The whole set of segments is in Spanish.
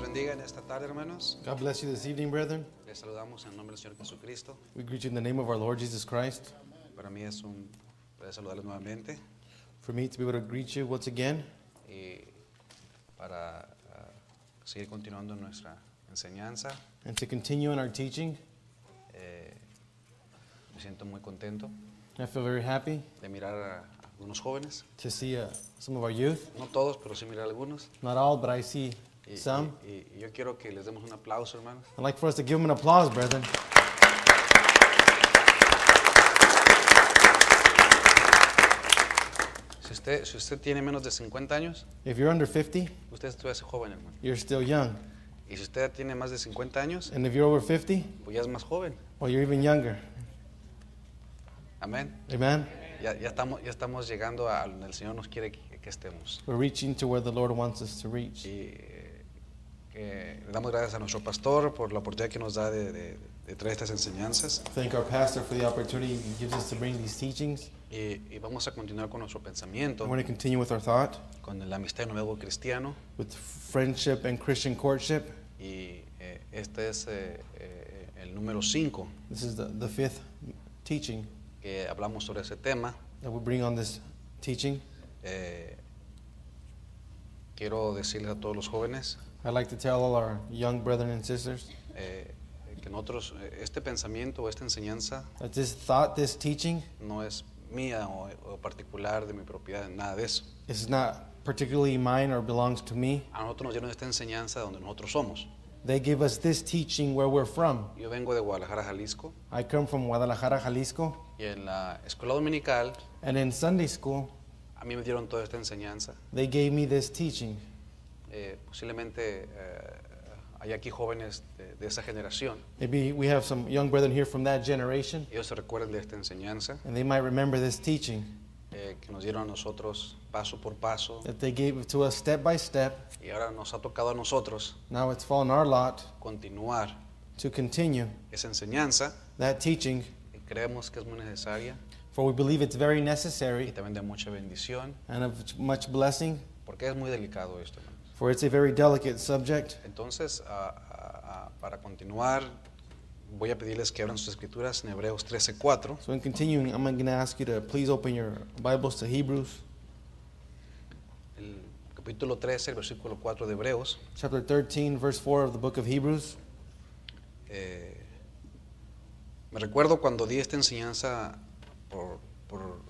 bendiga en esta tarde, hermanos. God bless you this evening, brethren. Les saludamos en nombre del Señor Jesucristo. We greet you in the name of our Lord Jesus Christ. Para mí es un poder saludarles nuevamente For me to be able to greet you once again y para ah, seguir continuando nuestra enseñanza. and to continue in our teaching, eh, me siento muy contento I feel very happy de mirar a algunos jóvenes, to see uh, some of our youth. no todos, pero sí mirar a algunos. Not all, but I see Y, some. y- y yo quiero que les demos un aplauso, hermanos. I'd like for us to give them an applause, brethren. Si usted, si usted tiene menos de 50 años, If you're under 50, usted todavía es joven, hermano. you're still young. Y si usted tiene más de 50 años, And if you're over 50, pues ya es más joven. well, you're even younger. Amén. Amen? Ya, ya estamos, ya estamos llegando a donde el Señor nos quiere que, que estemos. We're reaching to where the Lord wants us to reach. Y eh, que le damos gracias a nuestro pastor por la oportunidad que nos da de, de- de traer estas enseñanzas. Thank our pastor for the opportunity he gives us to bring these teachings. Y, y vamos a continuar con nuestro pensamiento, We're going to continue with our thought con la amistad y nuevo cristiano. with friendship and Christian courtship. Y eh, este es eh, eh, el número 5 This is the, the fifth teaching que hablamos sobre ese tema. that we bring on this teaching. Eh, quiero decirles a todos los jóvenes I'd like to tell all our young brethren and sisters eh, que nosotros, eh, este pensamiento o esta enseñanza that this thought, this teaching, no es mía o, o particular de mi propiedad, nada de eso. is not particularly mine or belongs to me. A nosotros nos dieron esta enseñanza de donde nosotros somos. They give us this teaching where we're from. Yo vengo de Guadalajara, Jalisco, I come from Guadalajara, Jalisco, y en la escuela dominical and in Sunday school, a mí me dieron toda esta enseñanza. they gave me this teaching. Eh, posiblemente eh, hay aquí jóvenes de, de esa generación. Maybe we have some young brethren here from that generation, Ellos se recuerdan de esta enseñanza and they might remember this teaching eh, que nos dieron a nosotros paso por paso that they gave to us step by step. y ahora nos ha tocado a nosotros Now it's fallen our lot continuar to continue esa enseñanza. that teaching, que creemos que es muy necesaria for we believe it's very y necessary también de mucha bendición and of much blessing, porque es muy delicado esto. hermanos. for it's a very delicate subject. Entonces, a- a- a- para continuar, voy a pedirles que abran sus escrituras en Hebreos 13:4. So, in continuing, I'm going to ask you to please open your Bibles to Hebrews El capítulo 13, el versículo 4 de Hebreos. chapter 13, verse 4 of the book of Hebrews. Eh, me recuerdo cuando di esta enseñanza por, por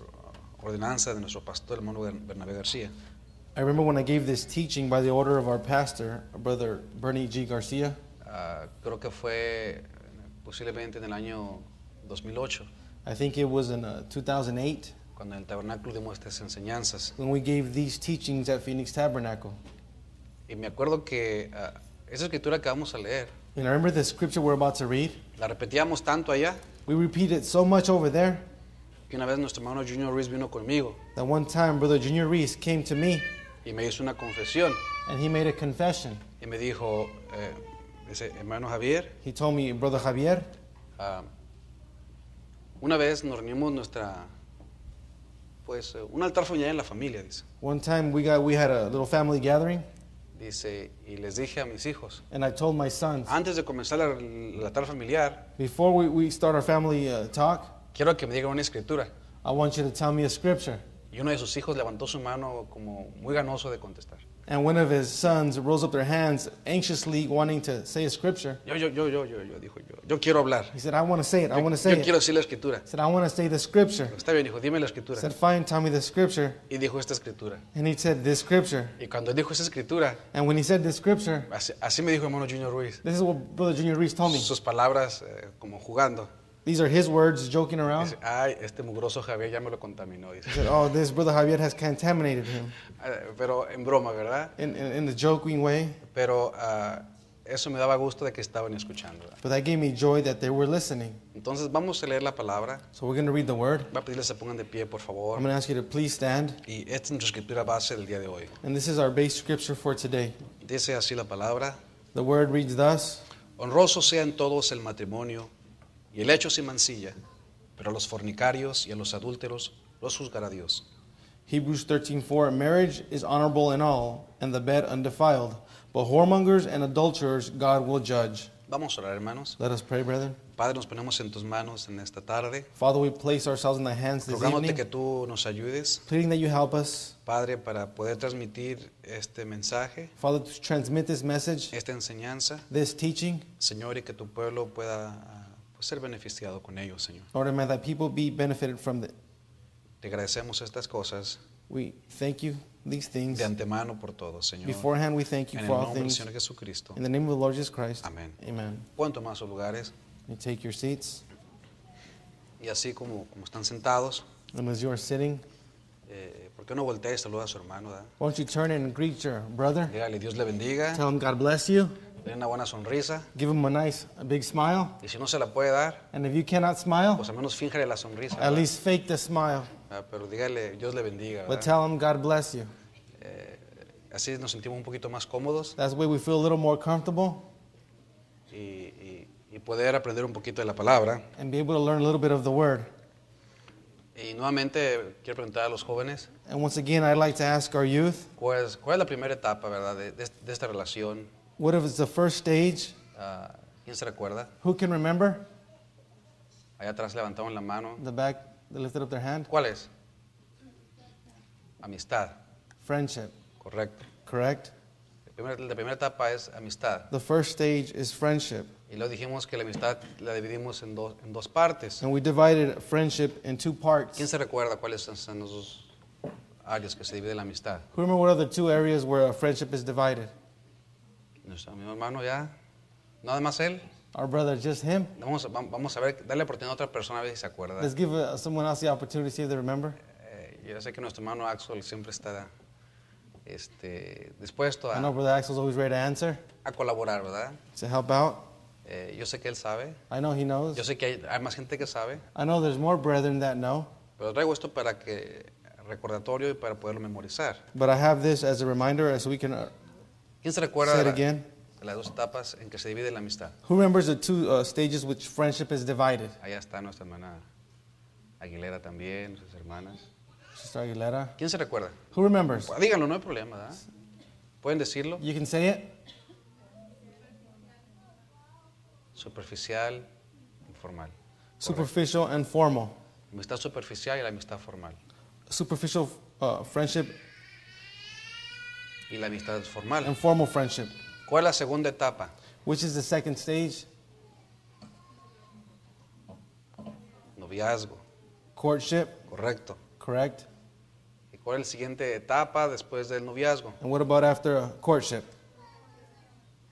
ordenanza de nuestro pastor, hermano Bern- Bernabé García. I remember when I gave this teaching by the order of our pastor, Brother Bernie G. Garcia. Ah, creo que fue eh, posiblemente en el año 2008, I think it was in uh, 2008 cuando en el tabernáculo dimos estas enseñanzas. when we gave these teachings at Phoenix Tabernacle. Y me acuerdo que ah, esa escritura que vamos a leer, And I remember the scripture we're about to read. la repetíamos tanto allá We repeat it so much over there que una vez nuestro hermano Junior Ruiz vino conmigo that one time Brother Junior Reese came to me y me hizo una confesión and he made a confession. y me dijo, eh, dice, hermano Javier, He told me, Brother Javier, ah, una vez nos reunimos nuestra, pues, eh, un altar familiar en la familia, dice. one time we, got, we had a little family gathering Dice, y les dije a mis hijos, and I told my sons, antes de comenzar la- el altar familiar, before we, we start our family uh, talk, quiero que me digan una escritura. I want you to tell me a scripture. Y uno de sus hijos levantó su mano como muy ganoso de contestar. And one of his sons rose up their hands, anxiously wanting to say a scripture. Yo, yo, yo, yo, yo, yo, dijo yo, yo quiero hablar. He said, I want to say it. I Yo, want to yo say it. quiero decir la escritura. He said, I want to say the scripture. Está bien, hijo, dime la I escritura. said, Fine, tell me the scripture. Y dijo esta escritura. And he said, This scripture. Y cuando dijo esa escritura, And when he said this scripture, así, así me dijo hermano Junior Ruiz, this is what Brother Junior Reese told me. sus palabras eh, como jugando. These are his words, joking around. Dice, ay, este mugroso Javier ya me lo contaminó. Dice. He said, Oh, this Brother Javier has contaminated him Eh, Pero en broma, ¿verdad? in, in, in the joking way. Pero ah, eso me daba gusto de que estaban escuchando. ¿verdad? But that gave me joy that they were listening. Entonces vamos a leer la palabra. So we're going to read the word. Voy a pedirles que se pongan de pie, por I'm favor. going to ask you to please stand. Y esta es nuestra escritura base del día de hoy. And this is our base scripture for today. Dice así la palabra. The word reads thus. Honroso sea en todos el matrimonio y el hecho sin mancilla, pero a los fornicarios y a los adúlteros los juzgará Dios. Hebrews 13:4 Marriage is honorable in all, and the bed undefiled, but whoremongers and adulterers God will judge. Vamos a orar, hermanos. Let us pray, brethren. Padre, nos ponemos en tus manos en esta tarde. Father, we place ourselves in the hands this Rogándote que evening, tú nos ayudes, pleading that you help us, Padre, para poder transmitir este mensaje, Father, to transmit this message, esta enseñanza, this teaching. Señor, y que tu pueblo pueda ah, pues, ser beneficiado con ello, Señor. Lord, and may thy people be benefited from it. Te agradecemos estas cosas We thank you these things. de antemano por todo, Señor. Beforehand, we thank you En el for all nombre del things. Señor Jesucristo. In the name of the Lord Jesus Christ. Amén. Amen. Pueden tomar sus lugares You take your seats. y así como, como están sentados, And as you are sitting, eh, ¿por qué no voltea y saluda a su hermano? verdad? why don't you turn and greet your brother? Dígale, Dios le bendiga, Tell him God bless you. denle una buena sonrisa Give him a nice, a big smile. y si no se la puede dar, And if you cannot smile, pues al menos fíjale la sonrisa. at ¿verdad? least fake the smile. Ah, Pero dígale, Dios le bendiga. But ¿verdad? Eh, tell him God bless you. Así nos sentimos un poquito más cómodos That's the way we feel a little more comfortable y, y- y poder aprender un poquito de la palabra. and be able to learn a little bit of the word. Y nuevamente quiero preguntar a los jóvenes, And once again, I'd like to ask our youth ¿cuál es, cuál es la primera etapa verdad, de, de- de esta relación? what if it's the first stage? Ah, ¿Quién se recuerda? Who can remember? Allá atrás levantaron la mano. The back, they lifted up their hand. ¿Cuál es? Amistad, Friendship, correcto. correct? La primera, la primera etapa es amistad. The first stage is friendship. Y lo dijimos que la amistad la dividimos en dos, en dos partes. And we divided friendship in two parts. ¿Quién se recuerda cuáles son las dos áreas que se divide la amistad? Who remember what are the two areas where a friendship is divided? Nuestro amigo hermano ya, nada más él. Our brother, just him? Vamos, a- vam- vamos a ver, darle oportunidad a otra persona a ver si se acuerda. Let's give uh, someone else the opportunity to see if they remember. Eh, yo sé que nuestro hermano Axel siempre está este, dispuesto I know a, Brother Axel's always ready to answer, a colaborar, ¿verdad? to help out. Eh, yo sé que él sabe, I know he yo knows. sé que hay, hay más gente que sabe, I know there's more brethren that know, pero traigo esto para que recordatorio y para poderlo memorizar. but I have this as a reminder so we can. Uh, ¿Quién se recuerda Say de, it la- again. de las dos etapas en que se divide la amistad? who remembers the two uh, stages which friendship is divided? Allá está nuestra hermana Aguilera también, sus hermanas. Sister Aguilera. ¿Quién se recuerda? Who remembers? Pues díganlo, no hay problema, ¿verdad? Pueden decirlo. You can say it. Superficial, informal. Superficial and formal. Amistad superficial y la amistad formal. Superficial uh, friendship Y la amistad formal. and formal friendship, ¿Cuál es la segunda etapa? which is the second stage, Noviazgo, courtship, correcto. correct? ¿Y cuál es la siguiente etapa después del noviazgo? And what about after uh, courtship?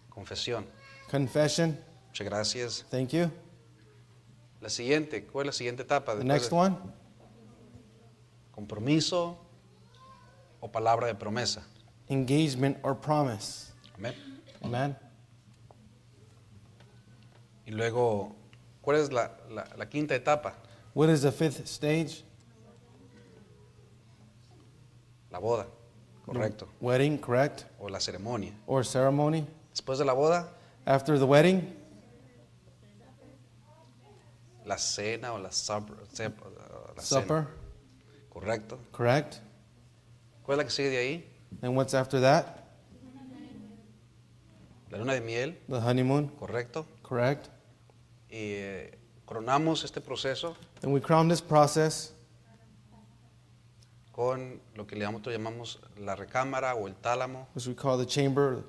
Confesión. Confession. Muchas gracias. Thank you. La siguiente, ¿cuál es la siguiente etapa? The Después next de- one, Compromiso o palabra de promesa. engagement or promise. Amén. Amen. Y luego, ¿cuál es la, la- la quinta etapa? What is the fifth stage? La boda, correcto. Wedding, correct? O la ceremonia. Or ceremony. Después de la boda, After the wedding, la cena o la, supper- sep- uh, la cena. supper, Correcto. correct? ¿Cuál es la que sigue de ahí? And what's after that? La luna de miel, The honeymoon, correcto. correct? Y eh, coronamos este proceso And we crown this process con lo que le llamamos, llamamos la recámara o el tálamo which we call the chamber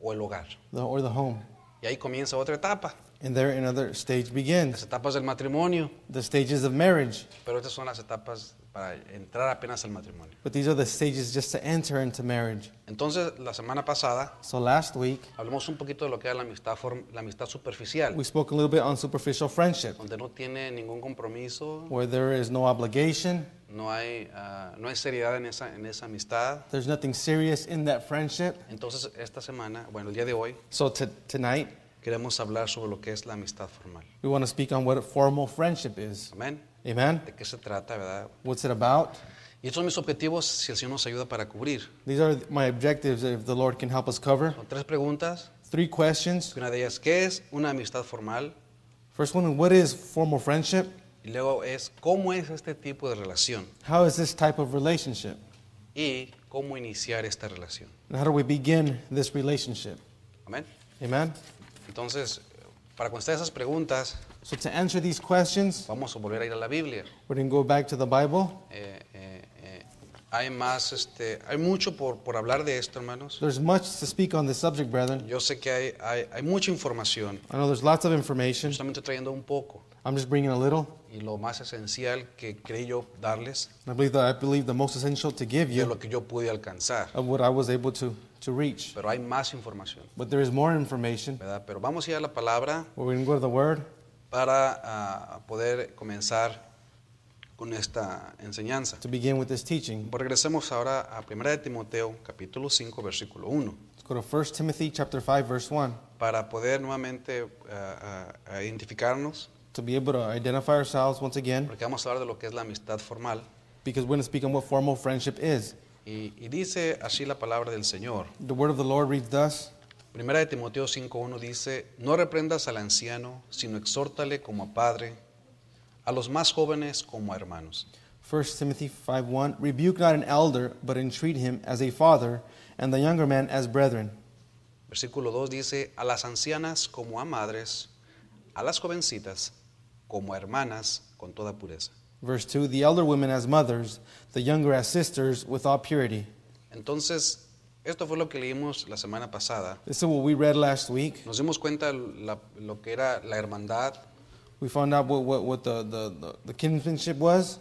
o el hogar. the, or the home. Y ahí comienza otra etapa, And there another stage begins las etapas del matrimonio. the stages of marriage. Pero estas son las etapas para entrar apenas al matrimonio. But these are the stages just to enter into marriage. Entonces, la semana pasada So last week, hablamos un poquito de lo que era la amistad, form- la amistad superficial, we spoke a little bit on superficial friendship, donde no tiene ningún compromiso, where there is no obligation, no hay, ah, no hay seriedad en esa, en esa amistad. there's nothing serious in that friendship. Entonces, esta semana, bueno, el día de hoy, So to, tonight, queremos hablar sobre lo que es la amistad formal. we want to speak on what a formal friendship is. Amén. Amen? ¿De qué se trata, verdad? What's it about? Y estos son mis objetivos si el Señor nos ayuda para cubrir. These are my objectives if the Lord can help us cover. Son tres preguntas. Three questions. Una de ellas, ¿qué es una amistad formal? First one, what is formal friendship? Y luego es cómo es este tipo de relación How is this type of relationship? y cómo iniciar esta relación. And how do we begin this relationship? Amén. Amen? Entonces, para contestar esas preguntas, So, to answer these questions, vamos a volver a ir a la Biblia. we're going to go back to the Bible. Eh, eh, eh, hay más, este, hay mucho por, por hablar de esto, hermanos. There's much to speak on this subject, brethren. Yo sé que hay, hay, hay mucha información, I know there's lots of information. solamente trayendo un poco. I'm just bringing a little. Y lo más esencial que creí yo darles, I believe that I believe the most essential to give de you lo que yo pude alcanzar. of what I was able to, to reach. Pero hay más información, But there is more information. ¿verdad? Pero vamos a ir a la palabra We're going to go to the Word para ah, poder comenzar con esta enseñanza. to begin with this teaching. Pues regresemos ahora a 1 de Timoteo, capítulo 5, versículo 1, Let's go to 1 Timothy chapter 5, verse 1. para poder nuevamente ah, ah, identificarnos, To be able to identify ourselves once again, porque vamos a hablar de lo que es la amistad formal. because we're going to speak on what formal friendship is. Y, y dice así la palabra del Señor. The Word of the Lord reads thus. Primera de Timoteo 5.1 dice, no reprendas al anciano, sino exhórtale como a padre, a los más jóvenes como a hermanos. 1 Timothy 5:1 Rebuke not an elder, but entreat him as a father, and the younger man as brethren. Versículo 2 dice, a las ancianas como a madres, a las jovencitas como a hermanas con toda pureza. Verse 2 The elder women as mothers, the younger as sisters, with all purity. Entonces, esto fue lo que leímos la semana pasada. This is what we read last week. Nos dimos cuenta la- lo que era la hermandad, We found out what, what, what the, the, the, the kinsmanship was,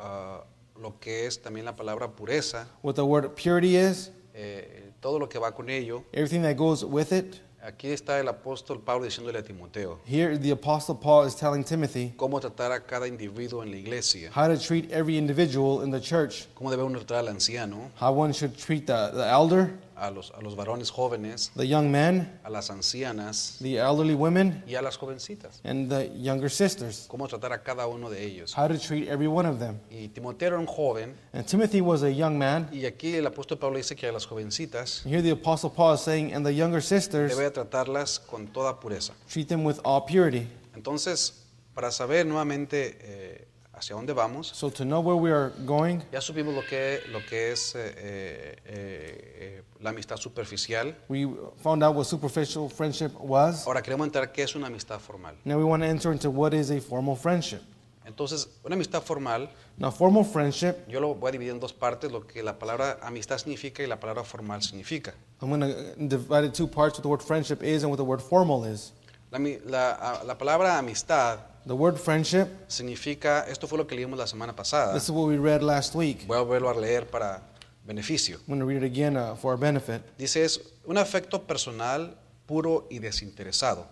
ah, lo que es también la palabra pureza, what the word purity is, eh, todo lo que va con ello. everything that goes with it. Aquí está el apóstol Pablo diciéndole a Timoteo Here, the Apostle Paul is telling Timothy cómo tratar a cada individuo en la iglesia, how to treat every individual in the church, cómo debe uno tratar al anciano, how one should treat the, the elder, a los, a los varones jóvenes, the young men, a las ancianas the elderly women, y a las jovencitas, and the younger sisters. cómo tratar a cada uno de ellos. how to treat every one of them. Y Timoteo era un joven, And Timothy was a young man. y aquí el apóstol Pablo dice que a las jovencitas And here the Apostle Paul is saying, and the younger sisters, debe tratarlas con toda pureza. treat them with all purity. Entonces, para saber nuevamente eh, hacia dónde vamos, So to know where we are going, ya supimos lo que, lo que es eh, eh, eh, la amistad superficial. we found out what superficial friendship was. Ahora queremos entrar qué es una amistad formal. Now we want to enter into what is a formal friendship. Entonces, una amistad formal, Now, formal friendship, yo lo voy a dividir en dos partes, lo que la palabra amistad significa y la palabra formal significa. I'm going to divide it two parts what the word friendship is and what the word formal is. La, mi- la- a- la palabra amistad The word friendship, significa, esto fue lo que leímos la semana pasada, this is what we read last week. voy a volverlo a leer para beneficio. I'm going to read it again uh, for our benefit. Dice, es un afecto personal puro y desinteresado,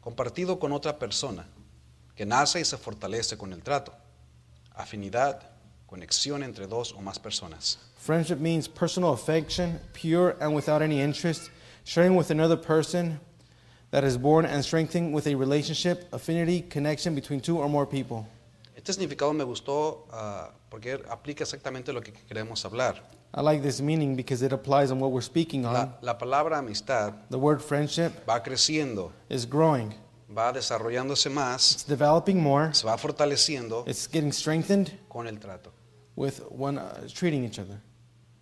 compartido con otra persona, que nace y se fortalece con el trato. Afinidad, conexión entre dos o más personas. Friendship means personal affection, pure and without any interest, sharing with another person that is born and strengthened with a relationship, affinity, connection between two or more people. Este significado me gustó ah, porque aplica exactamente lo que queremos hablar. I like this meaning because it applies on what we're speaking on. La, la palabra amistad The word friendship va creciendo, is growing, va desarrollándose más, it's developing more, se va fortaleciendo it's getting strengthened con el trato. with one uh, treating each other.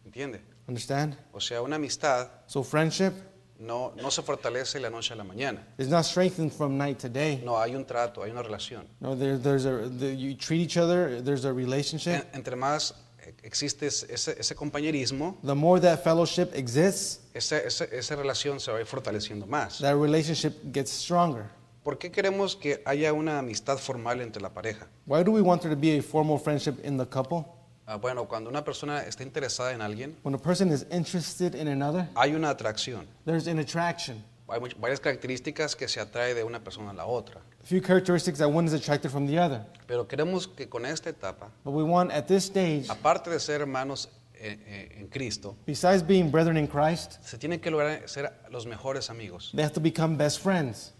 ¿Entiende? Understand? O sea, una amistad So, friendship no, no se fortalece de la noche a la mañana. is not strengthened from night to day. No, hay un trato, hay una relación. No, there, there's a, the, you treat each other, there's a relationship. En- entre más eh, existe ese, ese- ese compañerismo, The more that fellowship exists, esa, esa- esa relación se va a ir fortaleciendo más. that relationship gets stronger. ¿Por qué queremos que haya una amistad formal entre la pareja? Why do we want there to be a formal friendship in the couple? Ah, bueno, cuando una persona está interesada en alguien, When a person is interested in another, hay una atracción. there's an attraction. Hay much- varias características que se atrae de una persona a la otra. A few characteristics that one is attracted from the other. Pero queremos que con esta etapa, But we want at this stage, aparte de ser hermanos eh, eh, en Cristo, besides being brethren in Christ, se tienen que lograr ser los mejores amigos. they have to become best friends.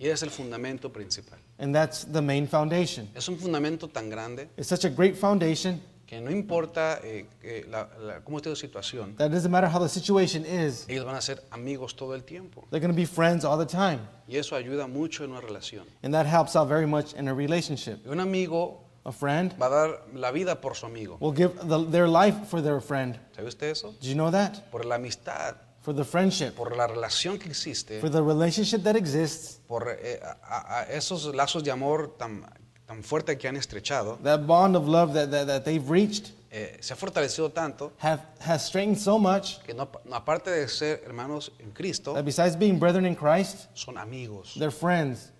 Y ese es el fundamento principal. And that's the main foundation. Es un fundamento tan grande It's such a great foundation que no importa eh, eh, la- la- cómo esté tu situación, That doesn't matter how the situation is, ellos van a ser amigos todo el tiempo. they're going to be friends all the time. Y eso ayuda mucho en una relación. And that helps out very much in a relationship. Y un amigo A friend va a dar la vida por su amigo. will give the, their life for their friend. ¿Sabe usted eso? Did you know that? Por la amistad, For the friendship, por la relación que existe, for the relationship that exists, por eh, a- a- a esos lazos de amor tan, tan fuerte que han estrechado, that bond of love that, that, that they've reached eh, se ha fortalecido tanto have, has strengthened so much que no, no- aparte de ser hermanos en Cristo, that besides being brethren in Christ, son amigos. they're friends.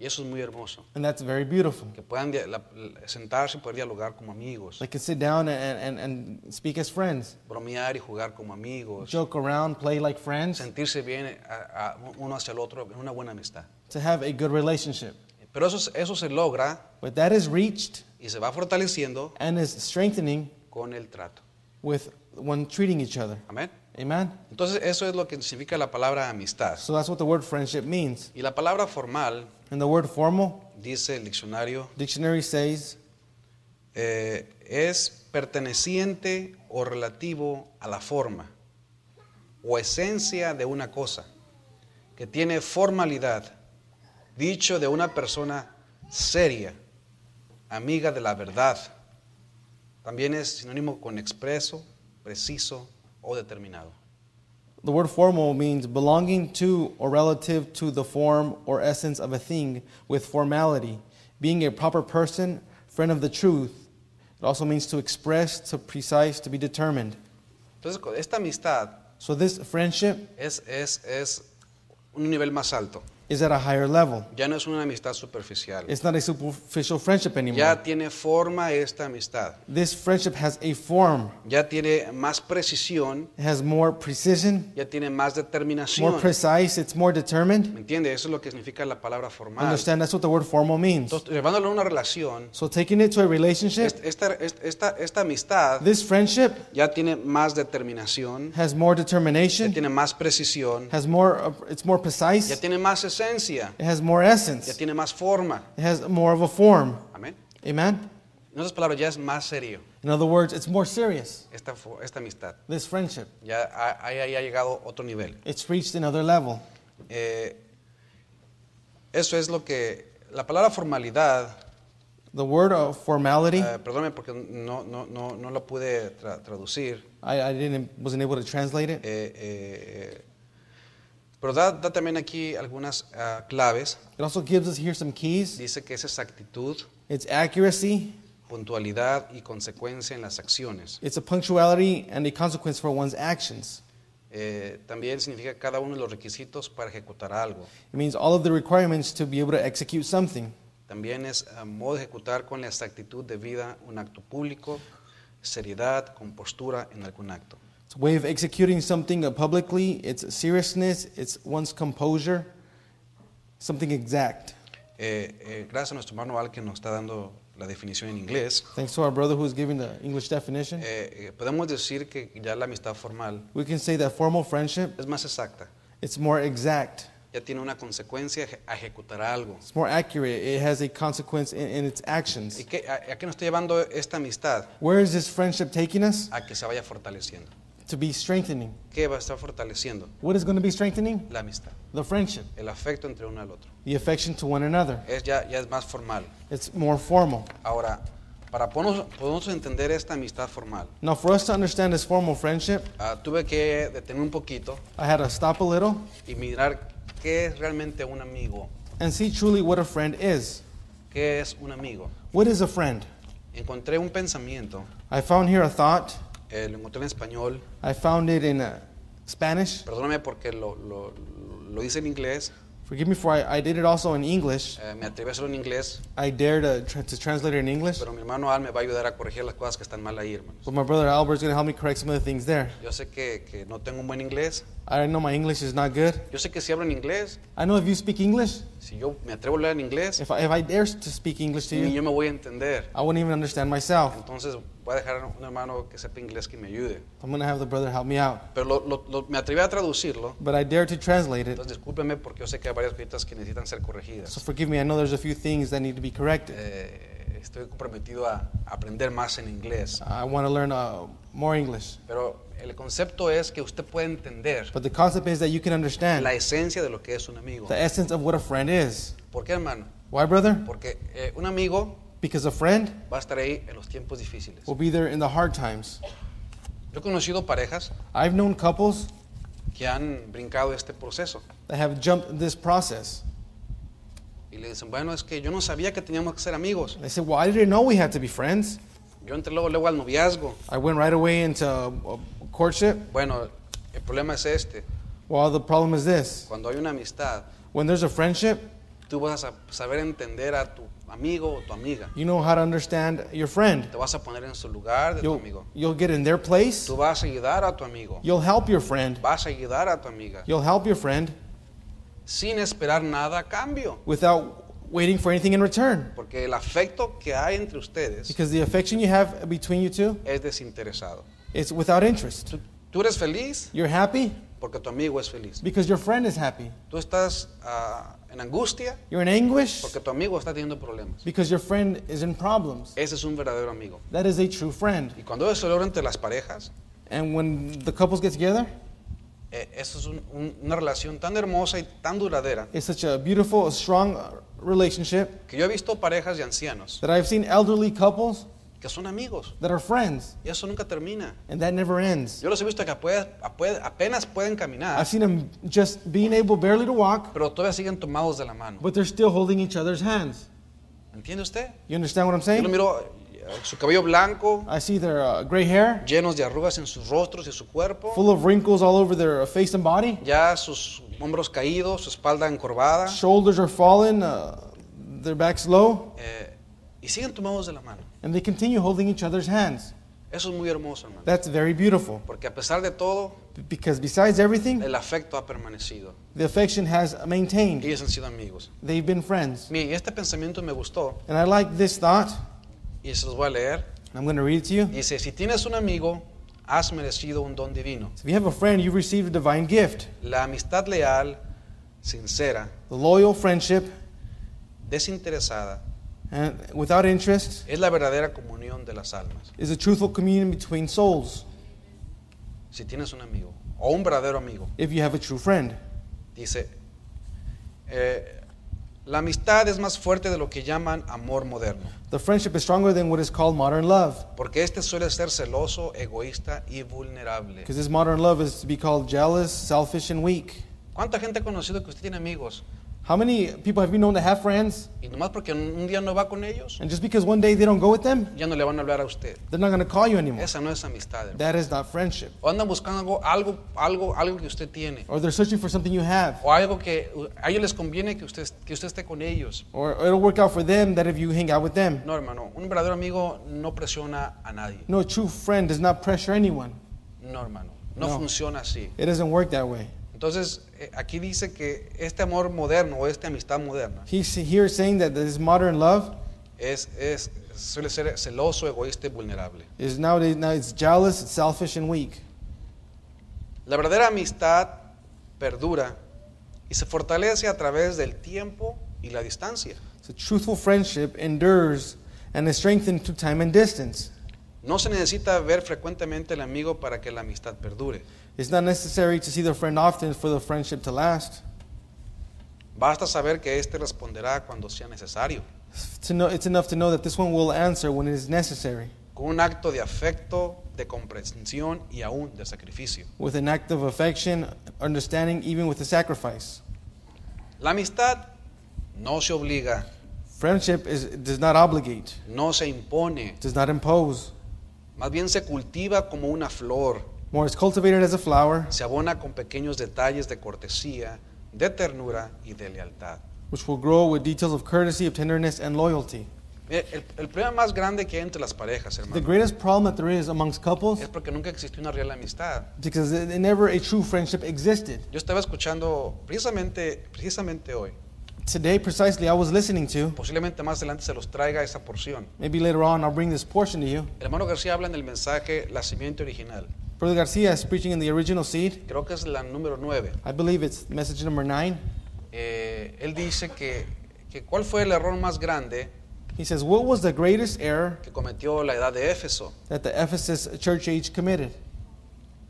Y eso es muy hermoso. And that's very beautiful. Que puedan dia- la- la- sentarse y poder dialogar como amigos, They can sit down and, and, and speak as friends, bromear y jugar como amigos, joke around, play like friends, sentirse bien eh, a- a uno hacia el otro en una buena amistad. to have a good relationship. Pero eso, es- eso se logra But that is reached y se va fortaleciendo and is strengthening con el trato. with one treating each other. Amén. Amen? Entonces eso es lo que significa la palabra amistad. So that's what the word friendship means. Y la palabra formal, And the word formal, dice el diccionario, dictionary says, eh, es perteneciente o relativo a la forma o esencia de una cosa, que tiene formalidad, dicho de una persona seria, amiga de la verdad. También es sinónimo con expreso, preciso o determinado. The word formal means belonging to or relative to the form or essence of a thing with formality, being a proper person, friend of the truth. It also means to express, to precise, to be determined. Entonces, con esta amistad So this friendship es, es, es un nivel más alto. is at a higher level. Ya no es una amistad superficial. It's not a superficial friendship anymore. Ya tiene forma esta amistad. This friendship has a form. Ya tiene más precisión, It has more precision, ya tiene más more determinación. precise, it's more ¿Me determined. entiende? Eso es lo que significa la palabra formal. Understand that's what the word formal means. Entonces, llevándolo a una relación, So taking it to a relationship, est- esta, est- esta, esta amistad this friendship ya tiene más determinación, has more ya determination. tiene más precisión, has more uh, it's more ya precise tiene más esencia, it has more ya essence tiene más forma. it has more of a form Amén. amen En otras palabras, ya es más serio in other words it's more serious esta, fo- esta amistad. this friendship Ya ha- ahí ahí ha llegado otro nivel. it's reached another level Eh, eso es lo que la palabra formalidad, the word of formality eh, perdóname porque no, no, no, no la pude tra- traducir, I, I didn't wasn't able to translate it eh, eh, eh, pero da, da también aquí algunas ah, claves. it also gives us here some keys Dice que es exactitud, it's accuracy puntualidad y consecuencia en las acciones. it's a punctuality and a consequence for one's actions Eh, también significa cada uno de los requisitos para ejecutar algo. it means all of the requirements to be able to execute something También es ah, modo de ejecutar con la exactitud de vida un acto público, seriedad, compostura en algún acto. it's a way of executing something uh, publicly it's seriousness it's one's composure something exact Eh, eh, gracias a nuestro manual que nos está dando la definición en inglés, Thanks to our brother who's giving the English definition, eh, eh, podemos decir que ya la amistad formal we can say that formal friendship es más exacta. it's more exact, Ya tiene una consecuencia eje- a ejecutar algo. it's more accurate, it has a consequence in, in its ¿Y actions. qué, a, a qué nos está llevando esta amistad? Where is this friendship taking us? A que se vaya fortaleciendo. To be strengthening. ¿Qué va a estar fortaleciendo? What is going to be strengthening? La amistad, The friendship, el afecto entre uno al otro. the affection to one another. Es ya, ya es más formal. It's more formal. Ahora, para podernos, podernos entender esta amistad formal, Now, for us to understand this formal friendship, ah, tuve que detener un poquito I had to stop a little y mirar qué es realmente un amigo. and see truly what a friend is. ¿Qué es un amigo? What is a friend? Encontré un pensamiento, I found here a thought. eh, lo encontré en español, I found it in uh, Spanish. perdóname porque lo, lo, lo hice en inglés, Forgive me for I, I did it also in English. eh, me atreví a hacerlo en inglés, I dare to, tr- to translate it in English, pero mi hermano Al me va a ayudar a corregir las cosas que están mal ahí, hermanos. but my brother Albert's gonna help me correct some of the things there. Yo sé que, que no tengo un buen inglés, I know my English is not good. yo sé que si hablo en inglés, I know if you speak English, si yo me atrevo a hablar en inglés, if I, if I dare to speak English to ni you, yo me voy a entender. I wouldn't even understand myself. Entonces voy a dejar a un hermano que sepa inglés que me ayude. I'm gonna have the brother help me out. Pero lo- lo- lo- me atreví a traducirlo, But I dare to translate it. entonces discúlpeme porque yo sé que hay varias cositas que necesitan ser corregidas. So forgive me, I know there's a few things that need to be corrected. Eh, estoy comprometido a aprender más en inglés. I want to learn uh, more English. Pero el concepto es que usted puede entender But the concept is that you can understand la esencia de lo que es un amigo. the essence of what a friend is. ¿Por qué, hermano? Why, brother? Porque eh, un amigo Because a friend va a estar ahí en los tiempos difíciles. will be there in the hard times. Yo he conocido parejas I've known couples que han brincado este proceso that have jumped this process. y le dicen, bueno, es que yo no sabía que teníamos que ser amigos. They said, Well, I didn't know we had to be friends. Yo entré luego, luego al noviazgo. I went right away into uh, courtship. Bueno, el problema es este. Well, the problem is this Cuando hay una amistad, when there's a friendship, tú vas a sa- saber entender a tu amigo o tu amiga. you know how to understand your friend. Te vas a poner en su lugar de tu You'll, amigo. you'll get in their place, Tú vas a ayudar a tu amigo. you'll help your friend, Vas a ayudar a tu amiga. you'll help your friend Sin esperar nada a cambio. without waiting for anything in return. Porque el afecto que hay entre ustedes Because the affection you have between you two es desinteresado. is without interest. Tú, tú eres feliz You're happy porque tu amigo es feliz. because your friend is happy. Tú estás ah, en angustia You're in anguish porque tu amigo está teniendo problemas. because your friend is in problems. Ese es un verdadero amigo. That is a true friend. Y cuando eso logra entre las parejas, And when the couples get together, eh, eso es un- un- una relación tan hermosa y tan duradera it's such a beautiful, strong uh, relationship que yo he visto parejas de ancianos that I've seen elderly couples que son amigos that are friends, y eso nunca termina. and that never ends. Yo los he visto que apue- apue- apenas pueden caminar, I've seen them just being able barely to walk, pero todavía siguen tomados de la mano. but they're still holding each other's hands. ¿Entiende usted? You understand what I'm Yo lo saying? miro, eh, su cabello blanco, I see their uh, gray hair, llenos de arrugas en sus rostros y su cuerpo, full of wrinkles all over their uh, face and body. ya sus hombros caídos, su espalda encorvada, Shoulders are fallen, uh, their backs low, eh, y siguen tomados de la mano. and they continue holding each other's hands. Eso es muy hermoso, hermano. That's very beautiful. Porque a pesar de todo, B- Because besides everything, el afecto ha permanecido. the affection has maintained. Ellos han sido amigos. They've been friends. Miren, este pensamiento me gustó And I like this thought, and y se los voy a leer. I'm going to read it to you. Dice, si tienes un amigo, has merecido un don divino. If you have a friend, you receive a divine gift. La amistad leal, sincera, The loyal friendship, desinteresada, and without interest, es la verdadera comunión de las almas. is a truthful communion between souls. Si tienes un amigo o un verdadero amigo, If you have a true friend, dice, eh, la amistad es más fuerte de lo que llaman amor moderno, the friendship is stronger than what is called modern love, porque este suele ser celoso, egoísta y vulnerable. because this modern love is to be called jealous, selfish, and weak. ¿Cuánta gente ha conocido que usted tiene amigos How many people have you known that have friends, y nomás porque un día no va con ellos, and just because one day they don't go with them, ya no le van a hablar a usted? they're not going to call you anymore? Esa no es amistad. hermano. That is not friendship. O andan buscando algo, algo, algo, algo que usted tiene. Or they're searching for something you have, O algo que uh, a ellos les conviene que usted, que usted esté con ellos. or it'll work out for them that if you hang out with them. No, hermano, un verdadero amigo no presiona a nadie. No, a true friend does not pressure anyone. No, hermano, no, No. funciona así. It doesn't work that way. Entonces, eh, aquí dice que este amor moderno o esta amistad moderna He's here saying that this modern love es, es, suele ser celoso, egoísta y vulnerable. is nowadays now it's jealous, it's selfish, and weak. La verdadera amistad perdura y se fortalece a través del tiempo y la distancia. So truthful friendship endures and is strengthened through time and distance. No se necesita ver frecuentemente al amigo para que la amistad perdure. It's not necessary to see the friend often for the friendship to last. Basta saber que éste responderá cuando sea necesario, To know, it's enough to know that this one will answer when it is necessary, con un acto de afecto, de comprensión y aún de sacrificio. with an act of affection, understanding, even with a sacrifice. La amistad no se obliga, Friendship is, does not obligate, no se impone, does not impose. más bien se cultiva como una flor, More is cultivated as a flower, se abona con pequeños detalles de cortesía, de ternura y de lealtad. which will grow with details of courtesy, of tenderness, and loyalty. Mire, El, el problema más grande que hay entre las parejas, The hermano, greatest problem that there is amongst couples es porque nunca existió una real amistad. because it- it never a true friendship existed. Yo estaba escuchando precisamente, precisamente hoy, Today, precisely, I was listening to. posiblemente más adelante se los traiga esa porción. Maybe later on, I'll bring this portion to you. El hermano García habla en el mensaje La simiente original. Brother Garcia is preaching in the original seed. Creo que es la número 9. I believe it's message number nine. Eh, él dice que, que cuál fue el error más grande He says, What was the greatest error que cometió la edad de Éfeso. that the Ephesus church age committed?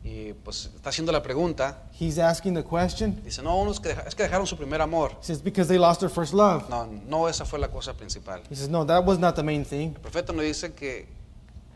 Y pues está haciendo la pregunta. He's asking the question. Dice, no, unos que deja- es que dejaron su primer amor. He says, Because they lost their first love. No, no, esa fue la cosa principal. He says, No, that was not the main thing. El profeta nos dice que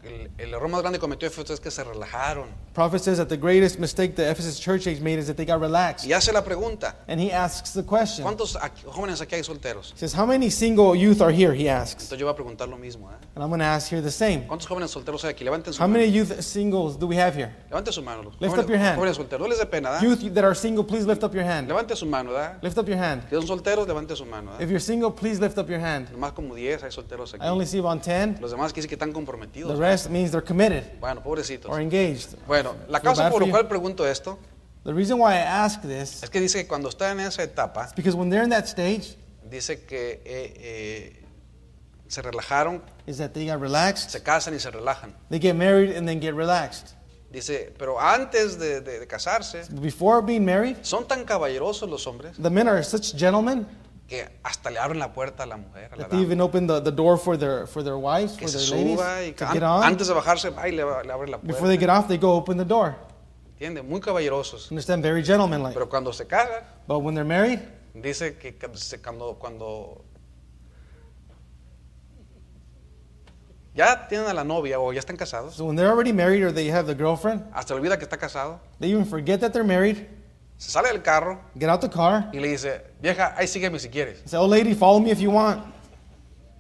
el, el error más grande que cometió Éfeso es que se relajaron. Prophet says that the greatest mistake the Ephesus church age made is that they got relaxed. Y hace la pregunta, And he asks the question. ¿cuántos aquí- jóvenes aquí hay solteros? He says, How many single youth are here? He asks. Entonces yo voy a preguntar lo mismo. ¿eh? And I'm going to ask here the same. ¿Cuántos jóvenes solteros hay aquí? Levanten su How mano. many youth singles do we have here? Levanten su mano. Los Lift jóvenes, up your hand. jóvenes solteros, no les dé pena, ¿da? Youth that are single, please lift up your hand. Levanten su mano, ¿da? Lift up your hand. Que son solteros, levanten su mano, ¿da? If you're single, please lift up your hand. Nomás como 10 hay solteros aquí. I only see about 10. Los demás que dicen que están The comprometidos. rest means they're committed Bueno, pobrecitos. or engaged. Bueno, la Feel causa bad por for la you. cual pregunto esto The reason why I ask this es que dice que cuando está en esa etapa, is because when they're in that stage, dice que eh, eh, se relajaron, is that they got relaxed, se casan y se relajan. they get married and then get relaxed. Dice, pero antes de, de- de casarse, Before being married, son tan caballerosos los hombres the men are such gentlemen que hasta le abren la puerta a la mujer, a la that they dama. even open the, the door for their for their wives, for Que se their ladies suba y to que get an- on. antes de bajarse, va y le, va- le abre la Before they puerta. get off, they go open the door. ¿Entiendes? Muy caballerosos. Understand? Very gentlemanlike. Pero cuando se casan, But when they're married, dice que ca- se- cuando, cuando ya tienen a la novia o ya están casados, so when they're already married or they have the girlfriend, hasta olvida que está casado, they even forget that they're married, se sale del carro get out the car, y le dice, vieja, ahí sígueme si quieres. and say, oh, lady, follow me if you want.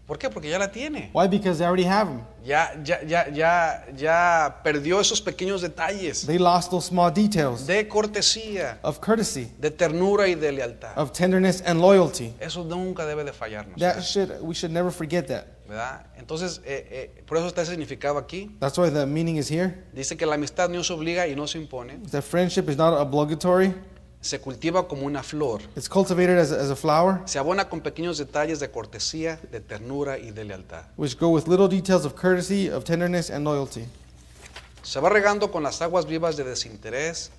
¿Por qué? Porque ya la tiene. Why? Because they already have them. Ya, ya, ya, ya, ya perdió esos pequeños detalles They lost those small details de cortesía, of courtesy, de ternura y de lealtad. of tenderness and loyalty. Eso nunca debe de fallarnos, That should, we should never forget that. ¿verdad? Entonces, eh, eh, por eso está ese significado aquí. That's why the meaning is here. Dice que la amistad no se obliga y no se impone. That friendship is not obligatory. Se cultiva como una flor. It's cultivated as a, as a flower, Se abona con pequeños detalles de cortesía, de ternura y de lealtad. which go with little details of courtesy, of tenderness, and loyalty. Se va regando con las aguas vivas de desinterés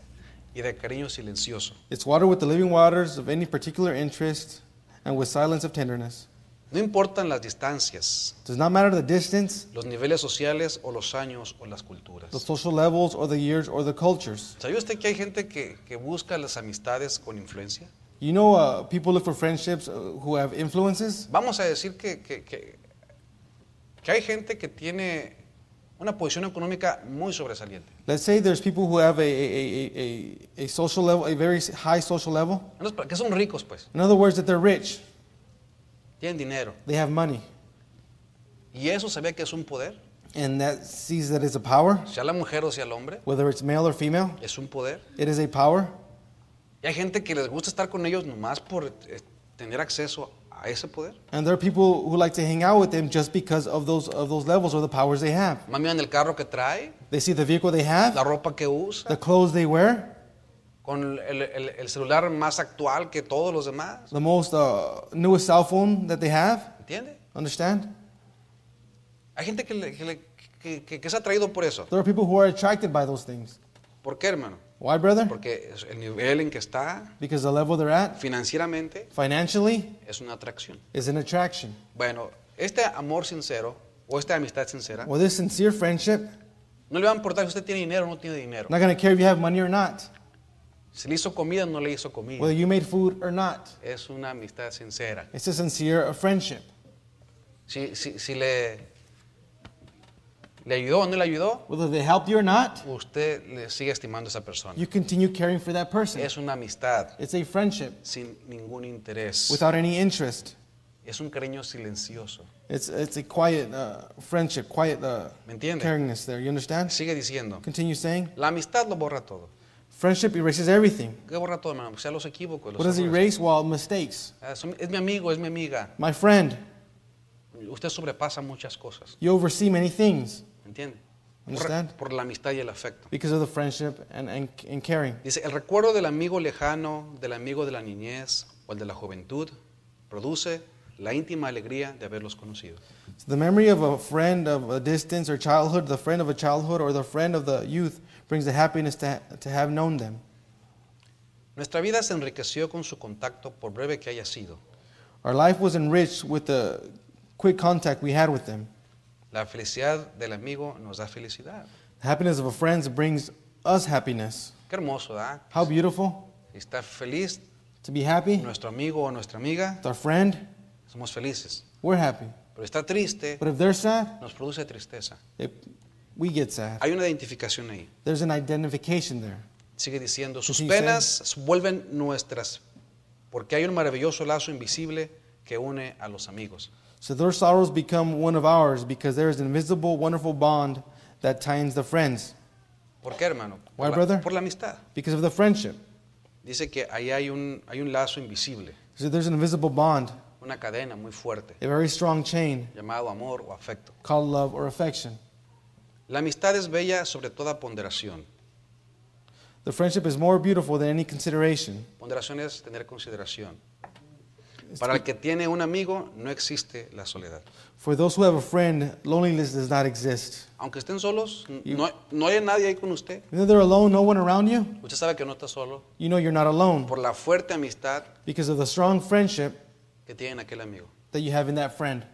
y de cariño silencioso. It's watered with the living waters of any particular interest and with silence of tenderness. No importan las distancias, Does not matter the distance, los niveles sociales o los años o las culturas. the social levels, or the years, or the cultures. ¿Sabía usted que hay gente que, que busca las amistades con influencia? You know, uh, people look for friendships uh, who have influences. Vamos a decir que, que, que, que hay gente que tiene una posición económica muy sobresaliente. Let's say there's people who have a, a, a, a- a, a social level, a very high social level. En otras pa- Que son ricos, pues, In other words, that they're rich, tienen dinero. they have money, Y eso sabía que es un poder. and that sees that it's a power, Sea la mujer o sea el hombre, whether it's male or female. es un poder. It is a power. Y hay gente que les gusta estar con ellos nomás por eh, tener acceso a ese poder. And there are people who like to hang out with them just because of those, of those levels or the powers they have. Más miran el carro que trae, They see the vehicle they have, la ropa que usa, the clothes they wear, con el, el- el celular más actual que todos los demás. the most uh, newest cell phone that they have. ¿Entiende? Understand? Hay gente que, le- que le- que- que- que es atraído por eso. There are people who are attracted by those things. ¿Por qué, hermano? Why, brother? Porque es- el nivel en que está Because the level they're at financieramente financially es una atracción. is an attraction. Bueno, este amor sincero o esta amistad sincera Well, this sincere friendship, no le va a importar si usted tiene dinero o no tiene dinero. not gonna care if you have money or not, Si le hizo comida o no le hizo comida. whether you made food or not. Es una amistad sincera. It's a sincere friendship. Si, si- si le, le ayudó o no le ayudó, Whether they help you or not, usted le sigue estimando a esa persona. you continue caring for that person. Es una amistad It's a friendship sin ningún interés. without any interest. Es un cariño silencioso. It's, it's a quiet uh, friendship, quiet uh, ¿Me entiende? caringness there. You understand? Sigue diciendo, Continue saying. la amistad lo borra todo. Friendship erases everything. ¿Qué borra todo, hermano? O sea, los equívocos. los What does it errores. erase? Well, mistakes. Ah, son- Es mi amigo, es mi amiga. My friend, Usted sobrepasa muchas cosas, you oversee many things ¿me ¿entiende? Understand. Por, por la amistad y el afecto. because of the friendship and, and, and caring. Dice, el recuerdo del amigo lejano, del amigo de la niñez o el de la juventud, produce la íntima alegría de haberlos conocido. So the memory of a friend of a distance or childhood, the friend of a childhood or the friend of the youth brings the happiness to, ha- to have known them. Nuestra vida se enriqueció con su contacto, por breve que haya sido. Our life was enriched with the quick contact we had with them. La felicidad del amigo nos da felicidad. The happiness of a friend brings us happiness. Qué hermoso, ¿ah? ¿verdad? How beautiful Si está feliz to be happy nuestro amigo o nuestra amiga, with our friend. somos felices. We're happy. Pero está triste, But if they're sad, nos produce tristeza. it, we get sad. Hay una identificación ahí. There's an identification there. Sigue diciendo, sus Dice- penas vuelven nuestras, porque hay un maravilloso lazo invisible que une a los amigos. So their sorrows become one of ours because there is an invisible, wonderful bond that ties the friends ¿Por qué, hermano? Por Why, la- brother? por la amistad. because of the friendship. Dice que ahí hay un, hay un lazo invisible, So there's an invisible bond, una cadena muy fuerte, a very strong chain llamado amor o afecto. called love or affection. La amistad es bella sobre toda ponderación. The friendship is more beautiful than any consideration. Ponderación es tener consideración. It's Para be- el que tiene un amigo no existe la soledad. For those who have a friend, loneliness does not exist. Aunque estén solos, n- You- no, no hay nadie ahí con usted. You know they're alone, no one around you. Usted sabe que no está solo You know you're not alone por la fuerte amistad because of the strong friendship que tiene aquel amigo. that you have in that friend.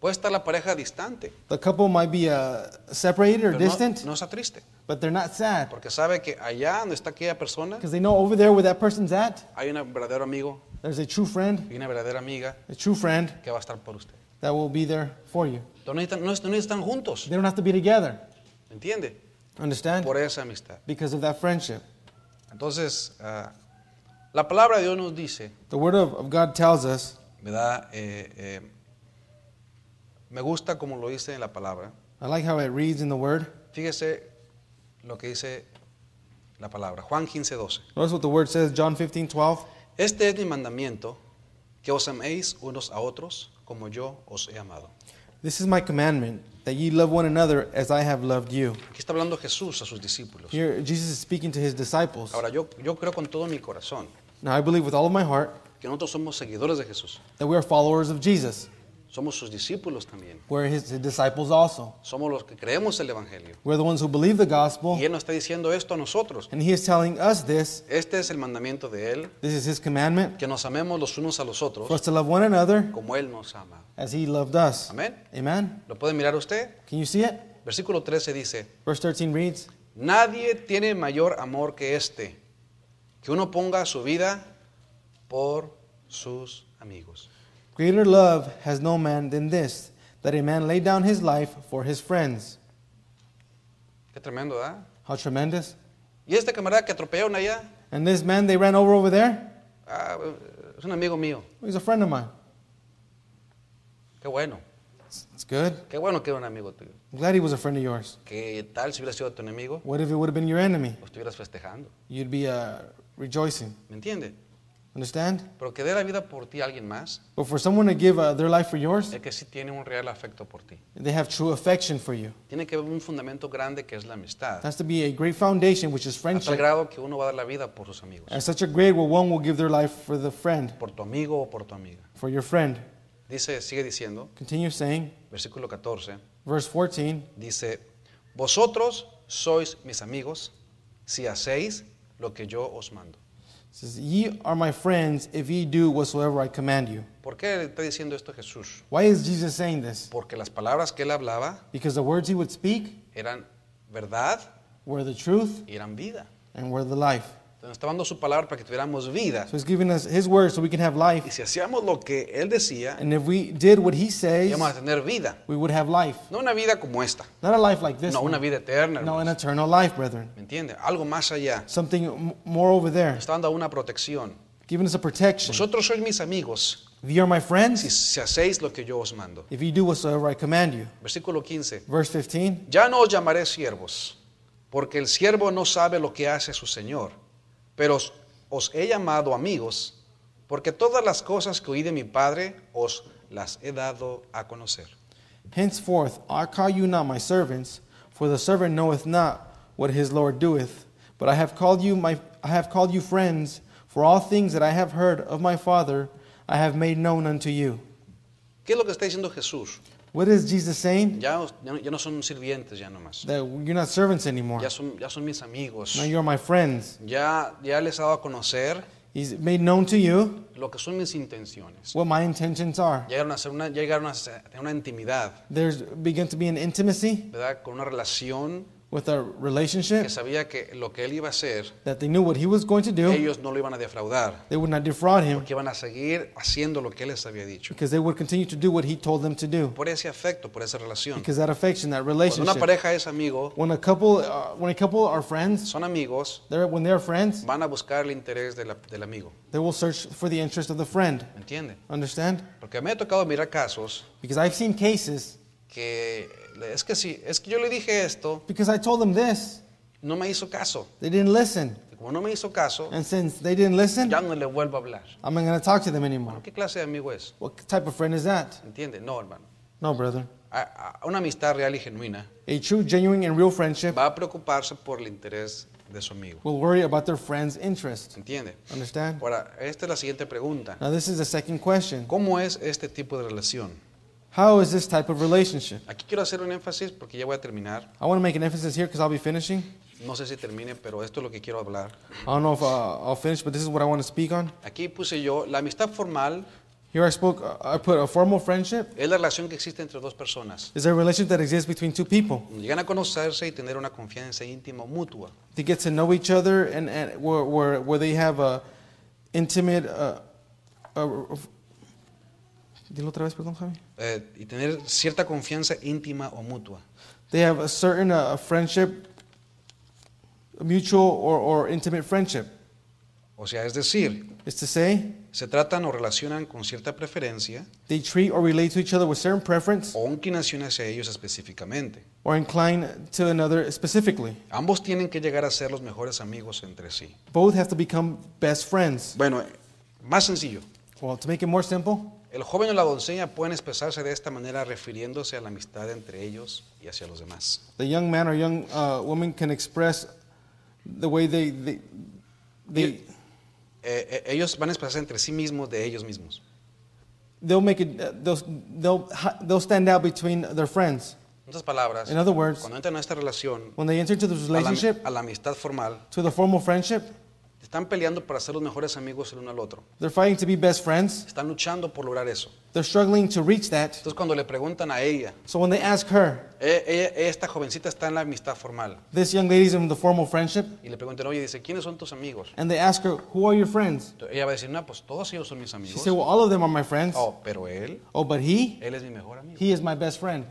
Puede estar la pareja distante, The couple might be uh, separated or pero no, distant, no está triste, but they're not sad porque sabe que allá donde está aquella persona because they know over there where that person's at, hay un verdadero amigo there's a true friend, y una verdadera amiga a true friend que va a estar por usted. that will be there for you. No necesitan, no, no necesitan juntos, They don't have to be together. ¿entiende? Understand? Por esa amistad. Because of that friendship. Entonces, ah, la palabra de Dios nos dice The Word of, of God tells us, ¿verdad? Eh, eh, me gusta como lo dice en la palabra. I like how it reads in the Word. Fíjese lo que dice la palabra. Juan 15, 12. Notice what the Word says, John 15, 12. Este es mi mandamiento, que os améis unos a otros como yo os he amado. This is my commandment, that ye love one another as I have loved you. Aquí está hablando Jesús a sus discípulos. Here, Jesus is speaking to his disciples. Ahora, yo, yo creo con todo mi corazón Now, I believe with all of my heart que nosotros somos seguidores de Jesús. that we are followers of Jesus. Somos sus discípulos también. We're his, his disciples also. Somos los que creemos el Evangelio. We're the ones who believe the Y gospel, Él nos está diciendo esto a nosotros. and he is telling us this. Este es el mandamiento de Él, This is his commandment que nos amemos los unos a los for us otros to love one another como Él nos ama. as he loved us. Amén. Amen. ¿Lo puede mirar usted? Can you see it? Versículo 13 dice, Verse 13 reads, nadie tiene mayor amor que este, que uno ponga su vida por sus amigos. Greater love has no man than this, that a man lay down his life for his friends. Qué tremendo, ¿verdad? How tremendous. Y este camarada que atropellaron allá, And this man they ran over over there, ah, es un amigo mío. he's a friend of mine. Qué bueno, It's, it's good. qué bueno que era un amigo tuyo. I'm glad he was a friend of yours. ¿Qué tal si hubiera sido tu enemigo? What if it would have been your enemy? Lo estuvieras festejando, You'd be uh, rejoicing. ¿me entiende? Understand? Pero que dé la vida por ti a alguien más, But for someone to give uh, their life for yours, es que sí tiene un real afecto por ti. they have true affection for you. Tiene que haber un fundamento grande que es la amistad, It has to be a great foundation, which is a tal friendship. grado que uno va a dar la vida por sus amigos. At such a grade where one will give their life for the friend, por tu amigo o por tu amiga. for your friend. Dice, sigue diciendo, Continue saying, versículo 14, verse 14, dice, vosotros sois mis amigos si hacéis lo que yo os mando. says, Ye are my friends if ye do whatsoever I command you. ¿Por qué está diciendo esto Jesús? Why is Jesus saying this? Porque las palabras que él hablaba Because the words he would speak eran verdad were the truth y eran vida. and were the life. Entonces está dando su palabra para que tuviéramos vida. So he's giving us his words so we can have Y life. si hacíamos lo que él decía, And if we did what he says, íbamos a tener vida. we would have life. No una vida como esta, Not a life like this. no one. una vida eterna. No, an hermanos. eternal life, brethren. ¿Me entiende? Algo más allá. Something m- more over there, Está dando una protección. giving us a protection. Vosotros sois mis amigos If you are my si, friends, si hacéis lo que yo os mando. if you do whatsoever I command you. Versículo 15. Verse 15 Ya no os llamaré siervos, porque el siervo no sabe lo que hace su Señor, pero os, os he llamado amigos, porque todas las cosas que oí de mi Padre os las he dado a conocer. Henceforth I call you not my servants, for the servant knoweth not what his Lord doeth, but I have called you my I have called you friends, for all things that I have heard of my Father I have made known unto you. ¿Qué es lo que está diciendo Jesús? What is Jesus saying? Ya, os- ya no- ya no son sirvientes, ya nomás. That you're not servants anymore. Ya son, ya son mis amigos. Now you're my friends. Ya, ya les he dado a conocer He's made known to you lo que son mis intenciones. what my intentions are. Llegaron a, hacer una, llegaron a hacer- a tener una intimidad, There's begun to be an intimacy ¿verdad? Con una relación with our relationship que sabía que lo que él iba a hacer, that they knew what he was going to do. ellos no lo iban a defraudar, They would not defraud him porque iban a seguir haciendo lo que él les había dicho. because they would continue to do what he told them to do. Por ese afecto, por esa relación. Because that affection, that Cuando una relationship. pareja es amigo, When a couple, uh, when a couple are friends, son amigos, they're, when they're friends, van a buscar el interés de la- del amigo. they will search for the interest of the friend. ¿Me entienden? Understand? Porque me ha tocado mirar casos Because I've seen cases que es que sí, es que yo le dije esto, because I told them this, no me hizo caso. they didn't listen, Y como no me hizo caso, and since they didn't listen, ya no le vuelvo a hablar. I'm not going to talk to them anymore. ¿Qué clase de amigo es? What type of friend is that? ¿Entiende? No, hermano. No, brother. A- a- una amistad real y genuina A true, genuine, and real friendship va a preocuparse por el interés de su amigo. will worry about their friend's interest. ¿Entiende? Understand? Ahora, esta es la siguiente pregunta. Now, this is the second question. ¿Cómo es este tipo de relación? How is this type of relationship? Aquí quiero hacer un énfasis porque ya voy a terminar. I want to make an emphasis here because I'll be finishing. No sé si termine, pero esto es lo que quiero hablar. I don't know if uh, I'll finish, but this is what I want to speak on. Aquí puse yo, la amistad formal Here I spoke, uh, I put a formal friendship es la relación que existe entre dos personas. is a relationship that exists between two people. Llegan a conocerse y tener una confianza íntima mutua. They get to know each other and, and where, where, where they have a intimate. Uh, a, Dilo otra vez, perdón, Javi. eh, y tener cierta confianza íntima o mutua. They have a certain uh, friendship, a mutual or, or intimate friendship. O sea, es decir, It's to say, se tratan o relacionan con cierta preferencia they treat or relate to each other with certain preference o inclinación hacia ellos específicamente. or incline to another specifically. Ambos tienen que llegar a ser los mejores amigos entre sí. Both have to become best friends. Bueno, eh, más sencillo. Well, to make it more simple, El joven o la doncella pueden expresarse de esta manera refiriéndose a la amistad entre ellos y hacia los demás. the young man or young uh, woman can express the way they they, they Eh, eh, ellos van a expresarse entre sí mismos de ellos mismos. they'll make it uh, they'll they'll hi- they'll stand out between their friends. En otras palabras, In other words, cuando entran a esta relación, when they enter into this a la, relationship a la amistad formal, to the formal friendship, están peleando para ser los mejores amigos el uno al otro. they're fighting to be best friends. Están luchando por lograr eso. They're struggling to reach that. Entonces cuando le preguntan a ella, So when they ask her, eh, ella- esta jovencita está en la amistad formal, this young lady's in the formal friendship, y le preguntan, oye, dice, ¿quiénes son tus amigos? and they ask her, "Who are your friends?" Entonces, ella va a decir, no, pues todos ellos son mis She amigos. said, "Well, all of them are my friends. Oh, pero él, Oh, but he, él es mi mejor amigo. he is my best friend."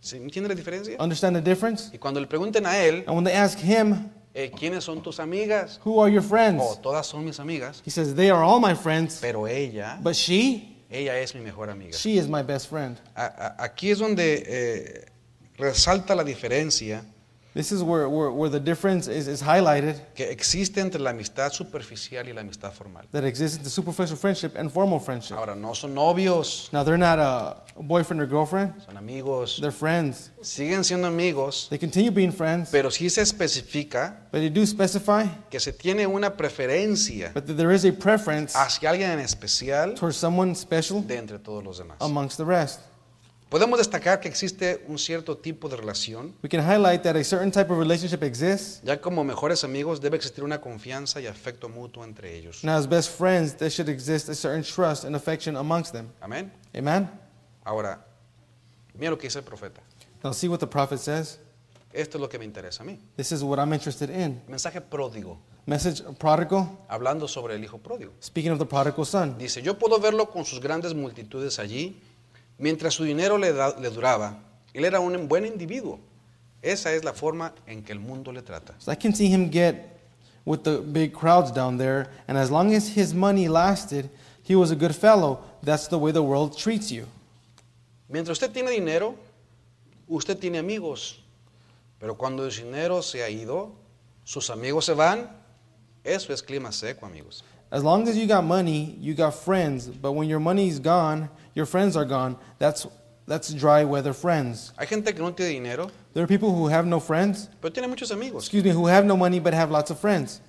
¿Sí? ¿Entiende la diferencia? Understand the difference? Y cuando le pregunten a él, And when they ask him, eh, ¿quiénes son tus amigas? "Who are your friends?" Oh, todas son mis amigas, He says, They are all my friends, pero ella, but she, ella es mi mejor amiga. she is my best friend. A- a- aquí es donde eh, resalta la diferencia This is where, where, where the difference is, is highlighted que existe entre la amistad superficial y la amistad formal. that exists in the superficial friendship and formal friendship. Ahora, no son novios, Now, they're not a boyfriend or girlfriend, son amigos. they're friends. Siguen siendo amigos, They continue being friends, pero sí se especifica but they do specify que se tiene una preferencia but that there is a preference hacia alguien en especial towards someone special de entre todos los demás. amongst the rest. Podemos destacar que existe un cierto tipo de relación. We can highlight that a certain type of relationship exists. Ya como mejores amigos debe existir una confianza y afecto mutuo entre ellos. Now, as best friends, there should exist a certain trust and affection amongst them. Amén. Amen? Ahora, mira lo que dice el profeta. Now, see what the prophet says. Esto es lo que me interesa a mí. This is what I'm interested in. Mensaje pródigo, Message of prodigal, hablando sobre el hijo pródigo. speaking of the prodigal son. Dice, yo puedo verlo con sus grandes multitudes allí, mientras su dinero le, da- le duraba. Él era un buen individuo. Esa es la forma en que el mundo le trata. So I can see him get with the big crowds down there, and as long as his money lasted, he was a good fellow. That's the way the world treats you. Mientras usted tiene dinero, usted tiene amigos. Pero cuando el dinero se ha ido, sus amigos se van. Eso es clima seco, amigos. As long as you got money, you got friends, but when your money's gone, your friends are gone. That's that's dry weather friends. Hay gente que no tiene dinero, There are people who have no friends, pero tiene muchos amigos. excuse me, who have no money but have lots of friends.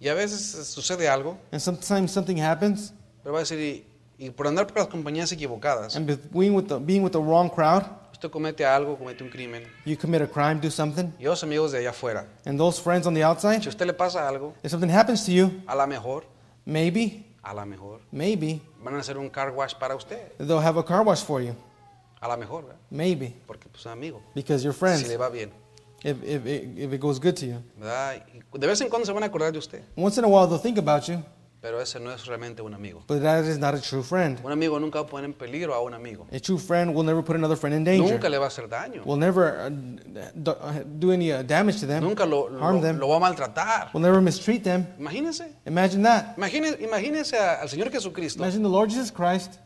Y a veces eh, sucede algo, And sometimes something happens, pero va a decir, y, y por andar por las compañías equivocadas, and between with the, being with the wrong crowd, Usted comete algo, comete un crimen. You commit a crime, do something, Y los amigos de allá afuera, and those friends on the si a outside, usted le pasa algo, if something happens to you, a la mejor, maybe, a la mejor, maybe van a hacer un car wash para usted. they'll have a car wash for you. A la mejor, ¿verdad? Maybe. Porque pues un amigo, Because you're si friends, le va bien, if, if, if it goes good to you. ¿verdad? Y de vez en cuando se van a acordar de usted, Once in a while, they'll think about you, pero ese no es realmente un amigo. but that is not a true friend. Un amigo nunca va a poner en peligro a un amigo. A true friend will never put another friend in danger, Nunca le va a hacer daño. will never uh, do, uh, do any uh, damage to them, Nunca lo, harm lo, them, lo va a maltratar. will never mistreat them. Imagínense. Imagine that. Imagínense, imagínense a- al Señor Jesucristo Imagine the Lord Jesus Christ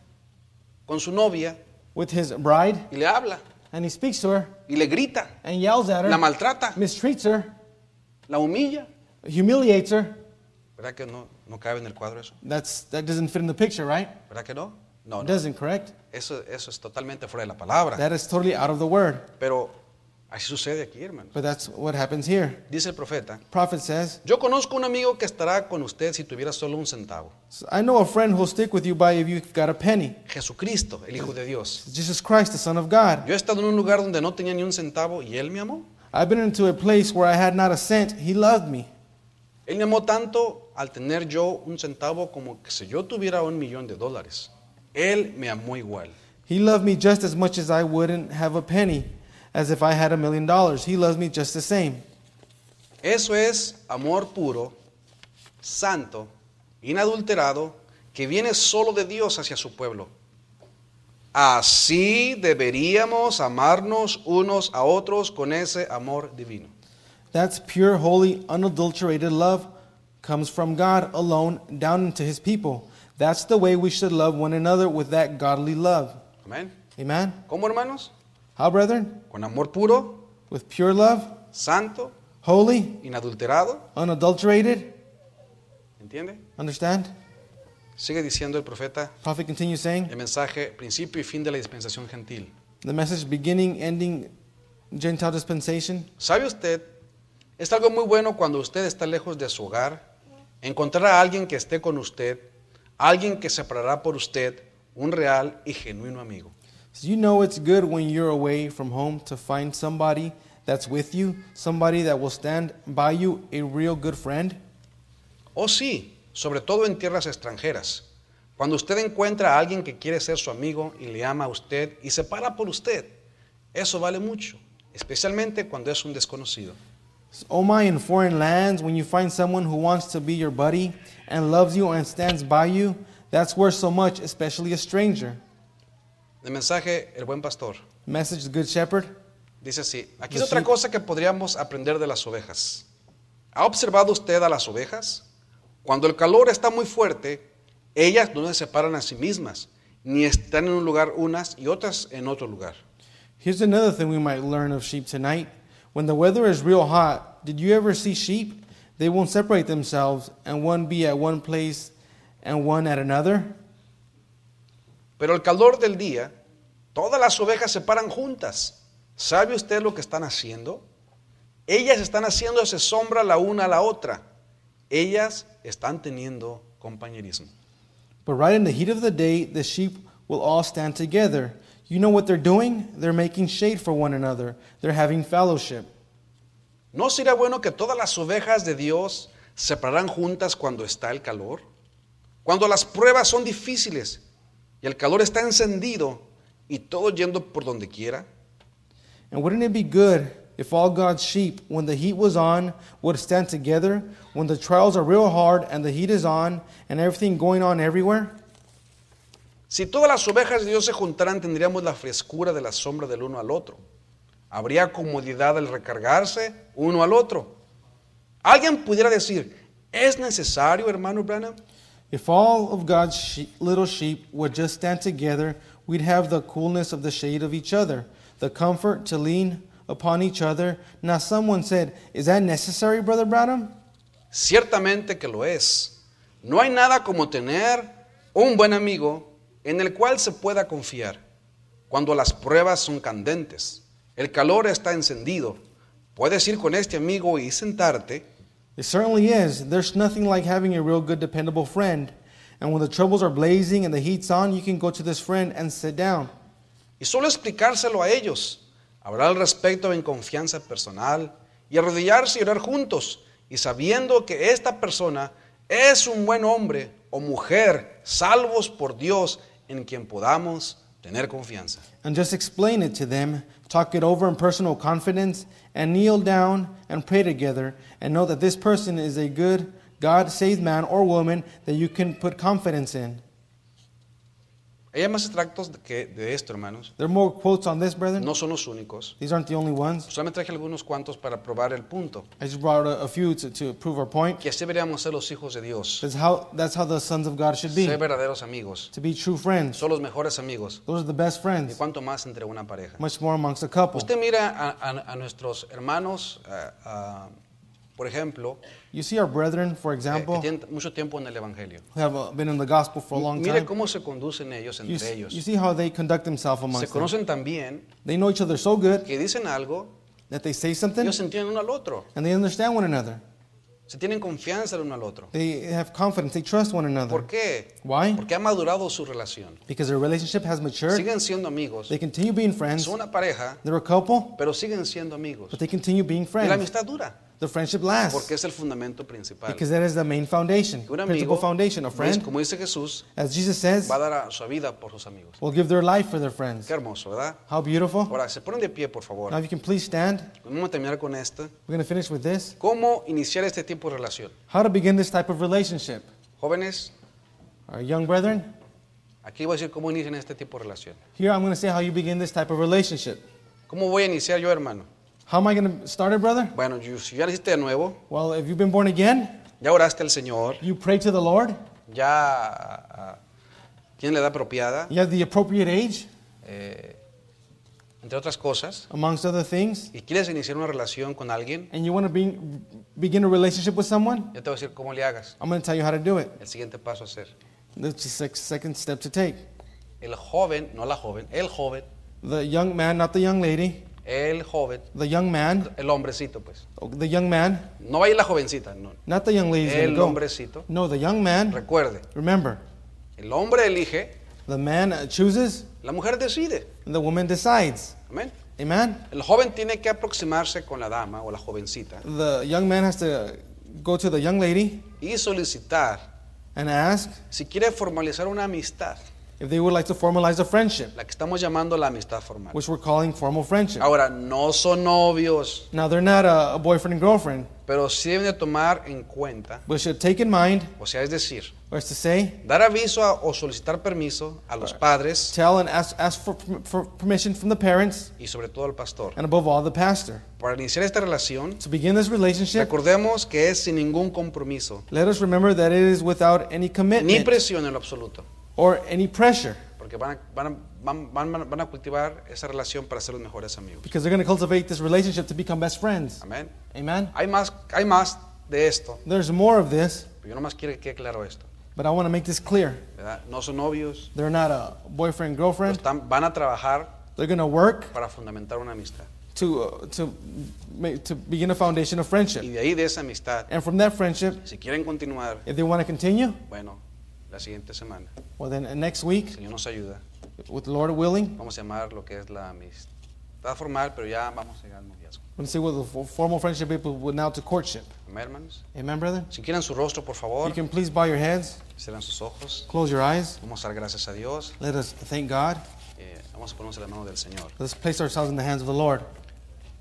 con su novia with his bride, y le habla and he speaks to her y le grita, and yells at la her, maltrata, mistreats her, la humilla. humiliates her. ¿Verdad que no, no cabe en el cuadro eso? That's, that doesn't fit in the picture, right? ¿Verdad que no? No, It no. doesn't, correct? Eso, eso es totalmente fuera de la palabra. That is totally out of the word. Pero así sucede aquí, hermano. But that's what happens here. Dice el profeta, Prophet says, yo conozco un amigo que estará con usted si tuviera solo un centavo. "So I know a friend who'll stick with you by if you've got a penny. Jesucristo, el Hijo de Dios. Jesus Christ, the Son of God. Yo he estado en un lugar donde no tenía ni un centavo y él me amó. I've been into a place where I had not a cent. He loved me. Él me amó tanto al tener yo un centavo como que si yo tuviera un millón de dólares. Él me amó igual. He loved me just as much as I wouldn't have a penny, as if I had a million dollars. He loves me just the same. Eso es amor puro, santo, inadulterado, que viene solo de Dios hacia su pueblo. Así deberíamos amarnos unos a otros con ese amor divino. That's pure, holy, unadulterated love comes from God alone down into his people. That's the way we should love one another with that godly love. Amén. Amen. ¿Cómo hermanos? How, brethren? Con amor puro, With pure love, santo, holy, inadulterado. unadulterated. ¿Entiende? Understand? Sigue diciendo el profeta Prophet continues saying, el mensaje, principio y fin de la dispensación gentil. the message beginning, ending, Gentile dispensation. ¿Sabe usted? Es algo muy bueno cuando usted está lejos de su hogar, encontrar a alguien que esté con usted, alguien que separará por usted un real y genuino amigo. So you know it's good when you're away from home to find somebody that's with you, somebody that will stand by you, a real good friend. Oh sí, sobre todo en tierras extranjeras. Cuando usted encuentra a alguien que quiere ser su amigo y le ama a usted y se para por usted, eso vale mucho, especialmente cuando es un desconocido. Oh my, in foreign lands, when you find someone who wants to be your buddy and loves you and stands by you, that's worth so much, especially a stranger. El mensaje, el buen pastor, Message the Good Shepherd. Dice así, aquí es Los otra sí. cosa que podríamos aprender de las ovejas. ¿Ha observado usted a las ovejas? Cuando el calor está muy fuerte, ellas no se separan a sí mismas, ni están en un lugar unas y otras en otro lugar. Here's another thing we might learn of sheep tonight. When the weather is real hot, did you ever see sheep? They won't separate themselves and one be at one place and one at another. Pero el calor del día, todas las ovejas se paran juntas. ¿Sabe usted lo que están haciendo? Ellas están haciéndose sombra la una a la otra. Ellas están teniendo compañerismo. But right in the heat of the day, the sheep will all stand together. You know what they're doing? They're making shade for one another, they're having fellowship. ¿No sería bueno que todas las ovejas de Dios se pararán juntas cuando está el calor? Cuando las pruebas son difíciles y el calor está encendido y todo yendo por donde quiera. And wouldn't it be good if all God's sheep, when the heat was on, would stand together, when the trials are real hard and the heat is on and everything going on everywhere? Si todas las ovejas de Dios se juntaran, tendríamos la frescura de la sombra del uno al otro. Habría comodidad al recargarse uno al otro. Alguien pudiera decir, ¿es necesario, hermano Branham? If all of God's sheep, little sheep would just stand together, we'd have the coolness of the shade of each other, the comfort to lean upon each other. Now, someone said, Is that necessary, Brother Branham? Ciertamente que lo es. No hay nada como tener un buen amigo en el cual se pueda confiar. Cuando las pruebas son candentes, el calor está encendido, puedes ir con este amigo y sentarte. It certainly is. There's nothing like having a real good, dependable friend. And when the troubles are blazing and the heat's on, you can go to this friend and sit down. y solo explicárselo a ellos. Habrá el respeto en confianza personal y arrodillarse y orar juntos y sabiendo que esta persona es un buen hombre o mujer, salvos por Dios, en quien podamos tener confianza. And just explain it to them, talk it over in personal confidence, and kneel down and pray together, and know that this person is a good, God saved man or woman that you can put confidence in. Hay más extractos de, que- de esto, hermanos. There are more quotes on this, brethren. No son los únicos. These aren't the only ones. Solamente traje algunos cuantos para probar el punto. I just brought a, a few to, to prove our point. Que así deberíamos ser los hijos de Dios. That's how, that's how the sons of God should be Ser verdaderos amigos. to be true friends. Son los mejores amigos. Those are the best Y friends, cuanto más entre una pareja. much more amongst a couple. Usted mira a, a- a nuestros hermanos, ah, ah, por ejemplo, You see our brethren, for eh, que example, tienen mucho tiempo en el Evangelio. who have uh, been in the gospel for a long Mire time. cómo se conducen ellos You, entre s- you ellos. see how they conduct themselves Se amongst them. conocen tan bien They know each other so good que dicen algo, that they say something ellos entienden uno al otro. and they understand one another. Se tienen confianza el uno al otro. They have confidence. They trust one another. ¿Por qué? Why? Porque ha madurado su relación. Because their relationship has matured. Siguen siendo amigos. They continue being friends. Son una pareja, They're a couple, pero siguen siendo amigos. but they continue being Y la friends. amistad dura, The friendship porque lasts es el fundamento principal. because that is the main foundation, Un principal amigo, foundation. A pues, friend, como dice Jesús, as Jesus says, va a dar a su vida por sus amigos. will give their life for their friends. Qué hermoso, ¿verdad? How beautiful. Ahora, se ponen de pie, por favor. Now, if you can please stand, Vamos a terminar con esto. we're going to finish with this. ¿Cómo iniciar este tipo de relación? How to begin this type of relationship. Jóvenes, Our young brethren, aquí voy a decir cómo inician este tipo de relación. here I'm going to say how you begin this type of relationship. ¿Cómo voy a iniciar yo, hermano? How am I going to start it, brother? Bueno, yo- si ya naciste de nuevo, Well, if you've been born again, ya oraste al Señor, you pray to the Lord, ya ah, tiene la edad apropiada, you have the appropriate age, eh, entre otras cosas, amongst other things, y quieres iniciar una relación con alguien, and you want to be, begin a relationship with someone, yo te voy a decir cómo le hagas. I'm going to tell you how to do it. El siguiente paso a hacer. That's the sec- second step to take. El joven, no la joven, el joven, The young man, not the young lady, el joven, the young man, oh, el hombrecito, pues. the young man, No va a ir la jovencita, no. not the young lady. El hombrecito. No, the young man. Recuerde, Remember, el hombre elige, the man uh, chooses, la mujer decide. and the woman decides. Amén. Amen. El joven tiene que aproximarse con la dama o la jovencita The young man has to go to the young lady y solicitar and ask si quiere formalizar una amistad, if they would like to formalize a friendship, la que estamos llamando la amistad formal. which we're calling formal friendship. Ahora, no son novios, Now, they're not a, a boyfriend and girlfriend, pero sí deben de tomar en cuenta, but should take in mind, o sea, es decir, or is to say, dar aviso a- o solicitar permiso a los padres tell and ask, ask for, for permission from the parents y sobre todo al pastor. and above all the pastor. Para iniciar esta relación, To begin this relationship, recordemos que es sin ningún compromiso, let us remember that it is without any ni commitment presión en lo absoluto. or any pressure, Porque van a, van, a- van, van- van a cultivar esa relación para ser los mejores amigos. because they're going to cultivate this relationship to become best friends. Amén. Amen. Hay más, hay más de esto. There's more of this, Pero yo nomás quiero que quede claro esto. but I want to make this clear. ¿verdad? No son novios. They're not a boyfriend pero girlfriend. están- van a trabajar They're going to work para fundamentar una amistad. to uh, to make, to begin a foundation of Y friendship. de ahí, de esa amistad, And from that friendship, si quieren continuar, if they want to continue, bueno, la siguiente semana, well then uh, next week, el Señor nos ayuda. with the Lord willing, Vamos a llamar lo que es la amistad formal, pero ya vamos a llegar al noviazgo. we're going to see what the fo- formal friendship people would now to courtship. Amén, hermanos. Amen, brother. Si quieren su rostro, por favor, You can please bow your heads, cierran sus ojos. close your eyes. Vamos a dar gracias a Dios. Let us thank God. Eh, vamos a ponernos en la mano del Señor. Let's place ourselves in the hands of the Lord.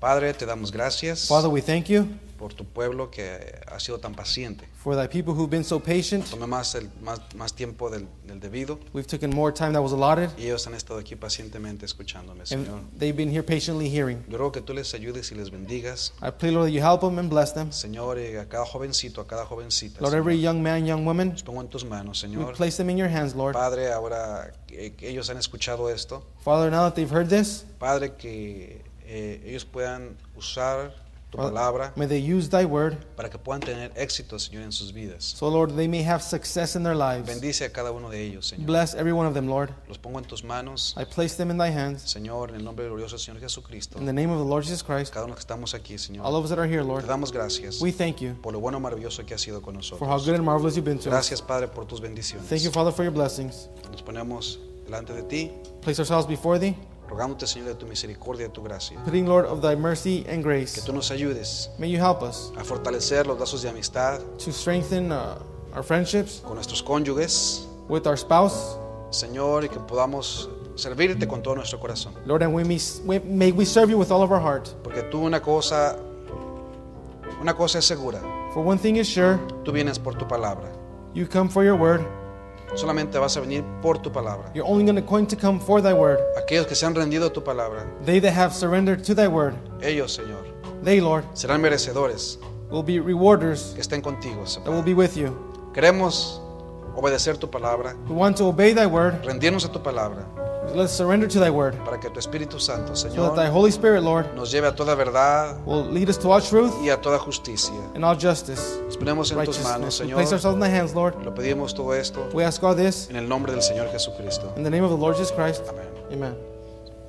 Padre, te damos gracias Father, we thank you por tu pueblo que ha sido tan paciente. for thy people who've been so patient. Toma más, el- más, más tiempo del, del debido We've taken more time that was allotted, y ellos han estado aquí pacientemente escuchándome, and Señor. they've been here patiently hearing. Yo ruego que tú les ayudes y les bendigas, I pray, Lord, that you help them and bless them. Señor, y a cada jovencito, a cada jovencita. Lord, Señor. every young man, young woman, Los pongo en tus manos, we Señor. place them in your hands, Lord. Padre, ahora que que ellos han escuchado esto, Father, now that they've heard this, Padre, que eh, ellos puedan usar tu Father, palabra may they use thy word, para que puedan tener éxito, Señor, en sus vidas. so Lord, they may have success in their lives. Bendice a cada uno de ellos, Señor. Bless every one of them, Lord. Los pongo en tus manos, I place them in thy hands. Señor, en el nombre glorioso del Señor Jesucristo. In the name of the Lord Jesus Christ, Cada uno que estamos aquí, Señor. all of us that are here, Te Lord, damos gracias we thank you por lo bueno y maravilloso que has sido con for how nosotros. good and marvelous you've been to us. Gracias, Padre, por tus bendiciones. Thank you, Father, for your blessings. Nos ponemos delante de ti. Place ourselves before thee. rogándote, Señor, de tu misericordia y de tu gracia, pleading, Lord, of thy mercy que and grace. tú nos ayudes May you help us a fortalecer los lazos de amistad to strengthen uh, our friendships con nuestros cónyuges, with our spouse, Señor, y que podamos servirte con todo nuestro corazón. Lord, and we may, we, may we serve you with all of our heart. Porque tú una cosa, una cosa es segura, For one thing is sure, tú vienes por tu palabra. you come for your word. Solamente vas a venir por tu palabra. You're only gonna- going to come for thy word. Aquellos que se han rendido a tu palabra, They that have surrendered to thy word, ellos, Señor, they, Lord, serán merecedores will be rewarders que estén contigo. Señor. that will be with you. Queremos obedecer tu palabra, We want to obey thy word. rendirnos a tu palabra, Let's surrender to thy word. para que tu Espíritu Santo, So that thy Señor, Holy Spirit, Lord, nos lleve a toda verdad will lead us to all truth y a toda justicia. and all justice, Nos ponemos en tus manos, righteousness. We Señor. place ourselves in thy hands, Lord. Lo pedimos todo esto We ask all this en el nombre del Señor Jesucristo. in the name of the Lord Jesus Christ. Amén. Amen.